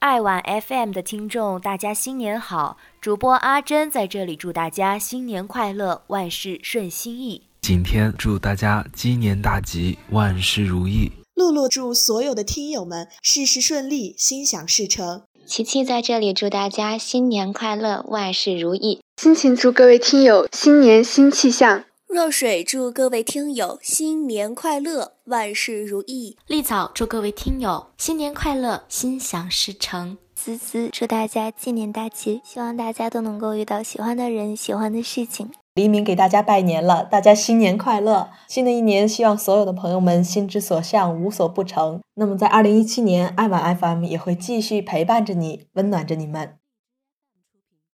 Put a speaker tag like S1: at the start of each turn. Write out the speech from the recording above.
S1: 爱晚 FM 的听众，大家新年好！主播阿珍在这里祝大家新年快乐，万事顺心意。
S2: 景天祝大家鸡年大吉，万事如意。
S3: 露露祝所有的听友们事事顺利，心想事成。
S4: 琪琪在这里祝大家新年快乐，万事如意。
S5: 辛勤祝各位听友新年新气象。
S6: 若水祝各位听友新年快乐，万事如意。
S7: 丽草祝各位听友新年快乐，心想事成。
S8: 滋滋祝大家鸡年大吉，希望大家都能够遇到喜欢的人、喜欢的事情。
S9: 黎明给大家拜年了，大家新年快乐！新的一年，希望所有的朋友们心之所向，无所不成。那么，在二零一七年，爱晚 FM 也会继续陪伴着你，温暖着你们。